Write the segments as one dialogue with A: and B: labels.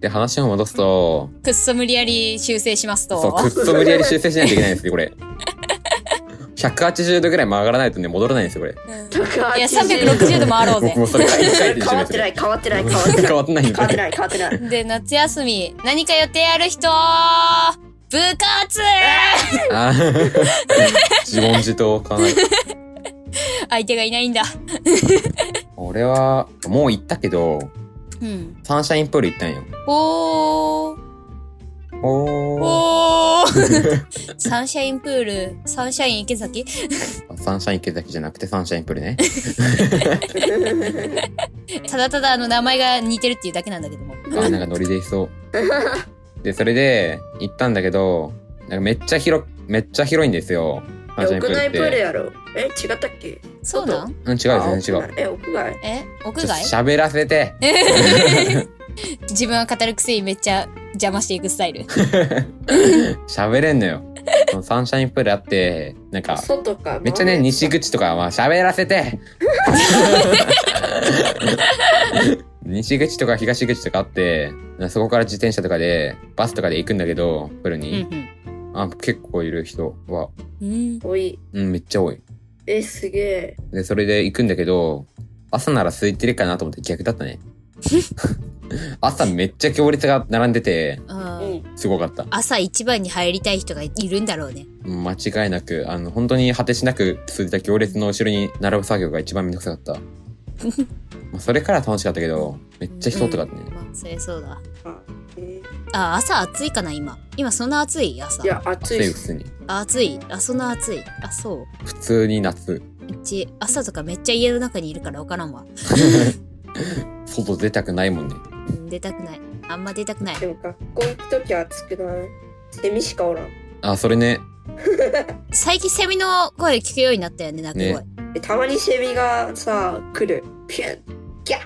A: で、話を戻すと、
B: くっそ無理やり修正します
A: そう、くっ
B: と。
A: そ無理やり修正しないといけないんですよ、これ。180度ぐらい曲がらないとね、戻らないんですよ、これ。
B: うん
C: い
B: いや、360度回ろう
A: 僕も
B: ぜ。
A: それ変え変えて一緒
C: 変
A: で
C: わっ
A: す
C: てない、
A: ね。
C: 変わってない、変わってない。
A: 変わってないん
C: 変わってな
A: で。
C: い、変わっ てない。
B: で、夏休み、何か予定ある人部活
A: あー自問自答かな。
B: 相手がいないんだ。
A: 俺は、もう行ったけど、
B: うん。
A: サンシャインプール行ったんよ。
B: おー。
A: おー。
B: お ーサンシャインプール、サンシャイン池崎
A: サンシャイン池崎じゃなくてサンシャインプール ね。
B: ただただあの名前が似てるっていうだけなんだけども。
A: あー、なんかノリでいそう。で、それで、行ったんだけど、なんかめっちゃ広、めっちゃ広いんですよ。サンシャインプ
C: 屋
A: ールっ
C: 内プール
A: て。
C: やろ。え、違ったっけ
B: そうなん
A: うん、違う、全然違
C: あ
A: う。
C: 屋内え、屋外
B: え屋
A: ちょっと
B: 外
A: 喋らせ て。
B: 自分は語るくせにめっちゃ邪魔していくスタイル。
A: 喋れんのよ。そのサンシャインプールあって、なんか、
C: 外か。
A: めっちゃね、
C: 真
A: 西口とか、まあ喋らせ て西口とか東口とかあって、そこから自転車とかで、バスとかで行くんだけど、プール
B: う
A: に。
B: ん
A: あ結構いる人は、
B: うん。うん。
C: 多い。
A: うん、めっちゃ多い。
C: え、すげえ。
A: で、それで行くんだけど、朝なら空いてるかなと思って逆だった ね。朝めっちゃ行列が並んでて、
B: あ
C: う
B: ー
C: ん。
A: すごかった。
B: 朝一番に入りたい人がいるんだろうね。
A: 間違いなく、あの、本当に果てしなく続いた行列の後ろに並ぶ作業が一番めんどくさかっ た。まあそれから楽しかったけど、めっちゃ人とかったね。
B: まあ、そりゃそうだ。
C: あえ
B: あ、朝暑いかな、今。今そんな暑い朝
C: い。や、
A: 暑
C: 暑い
A: い、
C: っ
A: 普
C: す。
A: 通に。
B: あ暑い。あ、そんな暑い。あ、そう。
A: 普通に夏。
B: うち、朝とかめっちゃ家の中にいるからわからんわ。
A: 外出たくないもんね。
B: うん出たくない。あんま出たくない。
C: でも学校行くとき暑くない。セミしかおらん。
A: あ、それね。
B: 最近セミの声聞くようになったよね、鳴く声。
A: ね
C: え、たまにセミがさ、来る。ピュン。ギャッ。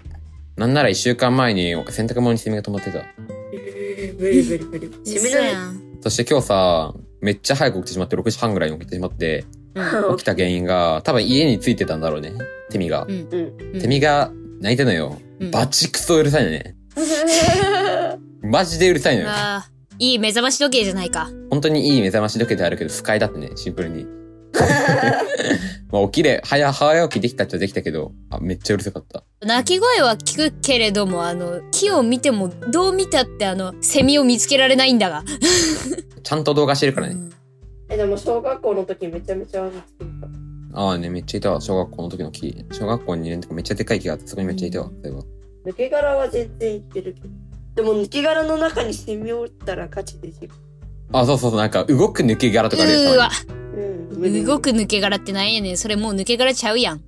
A: なんなら一週間前に洗濯物にセミが止まってた。
C: えー無理無理無理。 セミ
B: 嘘
C: の
B: やん。
A: そして今日さ、めっちゃ早く起きてしまって、6時半ぐらいに起きてしまって、起 きた原因が、多分家に着いてたんだろうね。セミが。
B: うんうん
A: セミが鳴いてんのよ。
B: うん
A: バチクソうるさいのね。マジでうるさいのよ。
B: あーいい目覚まし時計じゃないか。
A: 本当にいい目覚まし時計であるけど、不快だってね、シンプ ルに。まあ起きれ、早、早起きできたっちゃできたけど、あ、めっちゃうるさかった。
B: 鳴き声は聞くけれども、あの、木を見ても、どう見たってあの、セミを見つけられないんだが。
A: ちゃんと動画してるからね。
C: え、でも小学校の時めちゃめちゃ暑かっ
A: ああね、めっちゃいたわ。小学校の時の木。小学校2年とかめっちゃでかい木があって、そこにめっちゃいたわ。そういえば。
C: た。抜け殻は全然いってるけど。でも抜け殻の中にセミおったら勝ちでしょ。
A: あ、そうそうそう、なんか動く抜け殻
B: う
A: とかあるよたま
B: ー
A: に
B: わ、
C: うん。無理
B: 動く抜け殻ってなんやねん。それもう抜け殻ちゃうやん。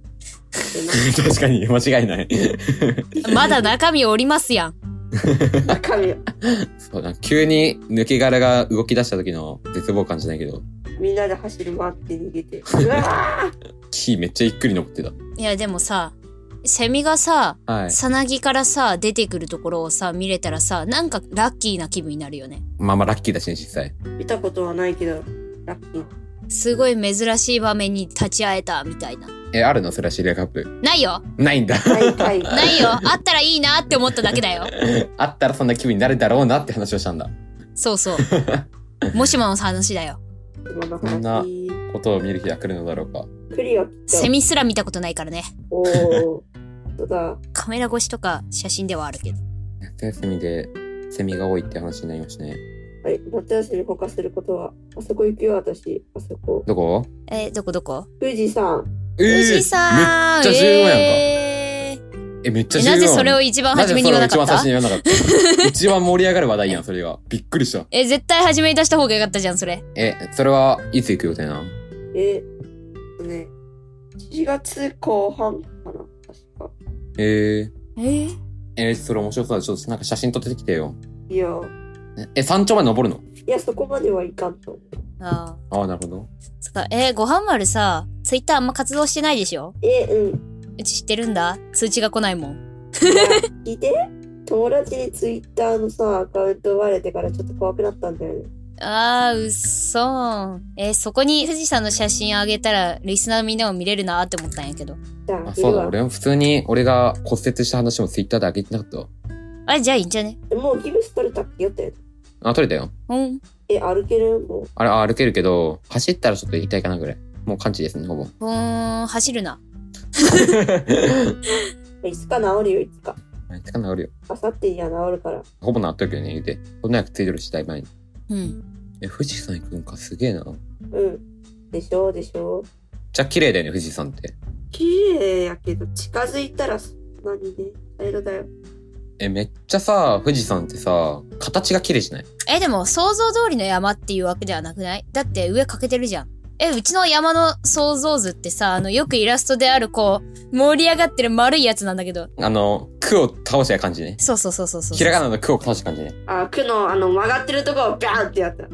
A: 確かに、間違い ない。
B: まだ中身おりますやん。
C: 中身
A: そう、なんか急に抜け殻が動き出した時の絶望感じゃないけど、
C: みんなで走り回って逃げて。うわ
A: 木めっちゃゆっくり登ってた。
B: いや、でもさ、セミがさ、
A: はい。
B: さなぎからさ、出てくるところをさ、見れたらさ、なんかラッキーな気分になるよね。
A: まあまあラッキーだしね、実際。
C: ー見たことはないけど、ラッキー。
B: すごい珍しい場面に立ち会えた、みたいな。
A: え、あるのそれはシリアカップ。
B: ないよ
A: ないんだ。
C: はいはい。
B: ないよあったらいいなって思っただけだよ。
A: あったらそんな気分になるだろうなって話をしたんだ。
B: そ うそう。もしもの話だよ。
C: 今の
A: そんな
C: 話。
A: ことを見る日が来るのだろうか。
C: クリア来た。
B: セミすら見たことないからね。
C: おお。そうだ。
B: カメラ越しとか写真ではあるけど。
A: 夏休みでセミが多いって話になりましたね。
C: はい。夏休み他することは、あそこ行くよ、私。あそこ。
A: どこ
B: えーどこどこ
C: 富士山。
A: え
B: 富
A: ー
B: 士山
A: めっちゃ重要やんか。
B: えー
A: え、めっちゃ
B: え
A: 重要
B: な
A: の
B: ぜそれを一番初めに言わなか
A: な
B: っ
A: ぜ
B: た
A: それを一番最初に言わなかった。 一番盛り上がる話題やん、それが。びっくりした。
B: え、絶対初めに出した方がよかったじゃん、それ。
A: え、それはいつ行く予定なの
C: え、ね、7月後半かな、確か。
A: えー、
B: えー、
A: えー、それ面白そうだ。ちょっとなんか写真撮ってきてよ。
C: いや、
A: え、山頂まで登るの
C: いや、そこまではいかんと思う。
B: ああ。
A: ああ、なるほど。
B: そっか、えー、ごはん丸さ、ツイッターあんま活動してないでしょ
C: え、うん。
B: うち知ってるんだ通知が来ないもん。
C: 聞いて友達にツイッターのさ、アカウントバレてからちょっと怖くなったんだよね。
B: あー、うっそー。えー、そこに富士山の写真あげたら、リスナーのみんなも見れるなーって思ったんやけど。
C: じゃあ、
A: あ、そうだ。
C: 見るわ
A: 俺も普通に、俺が骨折した話もツイッターで上げてなかったわ。
B: あれ、じゃあいいんじゃね
C: もうギブス取れたっけよって。
A: あ、取れたよ。
B: うん。
C: え、歩けるもう。
A: あれ、あ歩けるけど、走ったらちょっと痛いかなぐらい。もう完治ですね、ほぼ。
B: うーん、走るな。
C: いつか治るよ、いつか。
A: いつか治るよ。
C: あさってには治るから。
A: ほぼ治ったけどね、言うて。そんな薬ついてるし、だいぶ前に。
B: うん。
A: え、富士山行くんか、すげえな。めっ
C: うん。でしょ、でしょ。
A: ちゃ綺麗だよね、富士山って。
C: 綺麗やけど、近づいたらそんなにね、あれだよ。
A: え、めっちゃさ、富士山ってさ、形が綺麗じゃない
B: え、でも、想像通りの山っていうわけではなくないだって上欠けてるじゃん。え、うちの山の想像図ってさ、あの、よくイラストである、こう、盛り上がってる丸いやつなんだけど。
A: あの、句を倒した感じね。
B: そうそうそうそうそう。
A: ひらがなの句を倒した感じね。
C: あ、区のあの曲がってるとこをビャンってやった。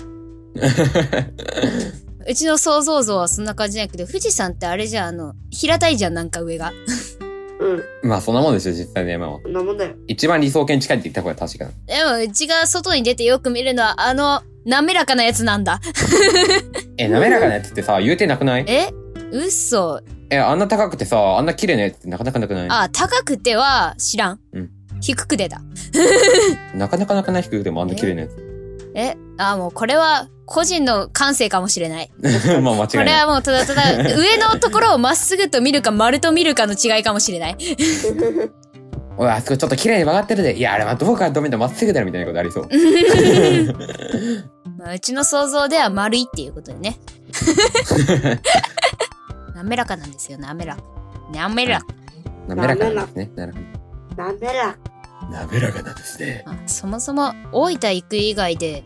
B: うちの想像像はそんな感じだけど、富士山ってあれじゃん、あの、平たいじゃん、なんか上が。
C: うん。
A: まあ、そんなもんでしょ、実際の山は。
C: そんなも んだよ。
A: 一番理想形に近いって言った方が確かに。
B: でも、うちが外に出てよく見るのは、あの、滑らかなやつなんだ。
A: え、滑らかなやつってさ、言うてなくない
B: え嘘。
A: え、あんな高くてさ、あんな綺麗なやつってなかなかなくない
B: あ、高くては知らん。
A: うん
B: 低くてだ。
A: なかなかなかない低くてもあんな綺麗なやつ。
B: えあ、もうこれは個人の感性かもしれない。
A: まあ、
B: こ
A: 間違い
B: れ
A: ない。
B: はもうただただ上のところをまっすぐと見るか丸と見るかの違いかもしれない。
A: おい、あそこちょっと綺麗に曲がってるで。いや、あれはどうかどう見てもまっすぐだよみたいなことありそう。
B: まあ、うちの想像では丸いっていうこと でね。滑らかなんですよ、滑らか。滑らか。
A: 滑らかなんですね。なるほど。
C: 滑らか。
A: 滑らかなんですね。
B: まあそもそも大分行く以外で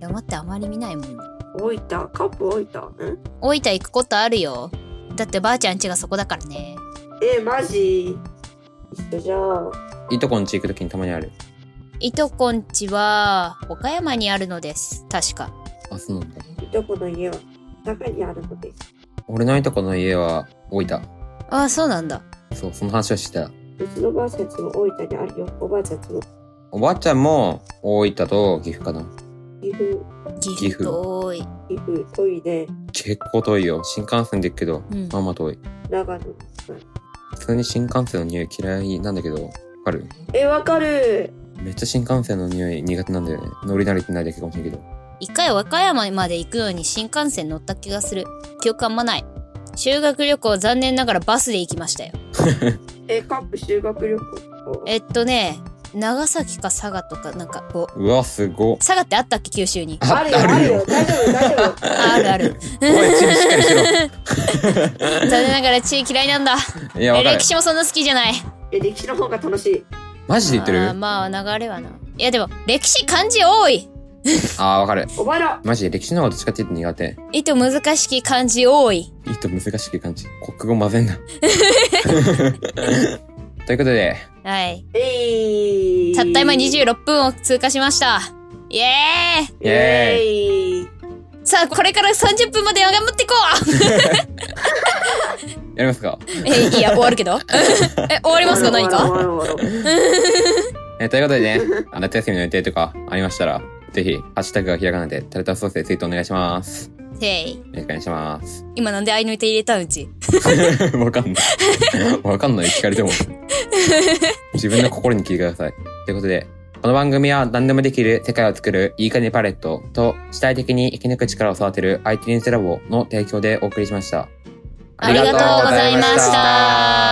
B: 山ってあまり見ないもんね。
C: 置いた。カップ置いた。うん
B: 大分行くことあるよ。だってばあちゃん家がそこだからね。
C: え、マジ一緒じゃん。
A: いいとこんち行くときにたまにある。
B: いとこんちは岡山にあるのです。確か。
A: あ、そうなんだ。
C: いとこの家は中にあるのです。
A: 俺のいとこの家は大分。
B: ああ、そうなんだ。
A: そう、その話をしてた。
C: うちのばあちゃんちも大分にあるよ。おばあちゃんちも
A: おばあちゃんも大分と岐阜かな。
C: 岐阜、
B: 岐
A: 岐阜
B: 阜遠い。
C: 岐阜、トイレ、
A: 結構遠いよ。新幹線で行くけど、
B: うん
A: まあまあ遠い。
C: 長野。
A: 普通に新幹線の匂い嫌いなんだけど、わかる
C: え、わかる
A: めっちゃ新幹線の匂い苦手なんだよね。乗り慣れてないだけかもしれないけど。
B: 一回和歌山まで行くのに新幹線乗った気がする。記憶あんまない。修学旅行残念ながらバスで行きましたよ。
C: え、カップ修学旅行。
B: えっとね、長崎か佐賀とかなんかこう、
A: うわ、すごっ。
B: 佐賀ってあったっけ九州に。
C: あるよ、あるよ。大丈夫、大丈夫。
B: ああるあ
A: お
B: る。
A: い、チビしっかりし
B: 残念ながら地位嫌いなんだ。
A: ろ。いや、わ
B: え
A: かる
B: 歴。史もそんな好きじゃない。
C: え、歴史の方が楽しい。
A: マジで言ってる
B: あーまあ流れはな。いやでも、歴史漢字多い。
A: あー、わかる。
C: お前ら、
A: マジで歴史の方がどっちかって言うと苦手。
B: 糸難しき漢字多い。
A: いいと難しい感じ。国語混ぜんな。ということで、
B: はい。
C: えい。
B: たった今26分を通過しました。イエーイ
A: イエ
C: えい。
B: さあ、これから30分までは頑張っていこう
A: やりますか。
B: え、いや、終わるけど。 え、終わりますか何か
C: か
A: えーということでね、あ夏休みの予定とかありましたら、ぜひ、ハッシュタグがひらがなで、タルタルソースでツイートお願いします。よ
B: せい。
A: ろしくお願いします。
B: 今なんで合いの手入れたんうち。
A: わかんない。わかんない。聞かれても。自分の心に聞いてください。ということで、この番組は何でもできる世界を作るいい金パレットと主体的に生き抜く力を育てる IT ニュースラボの提供でお送りしました。
B: ありがとうございました。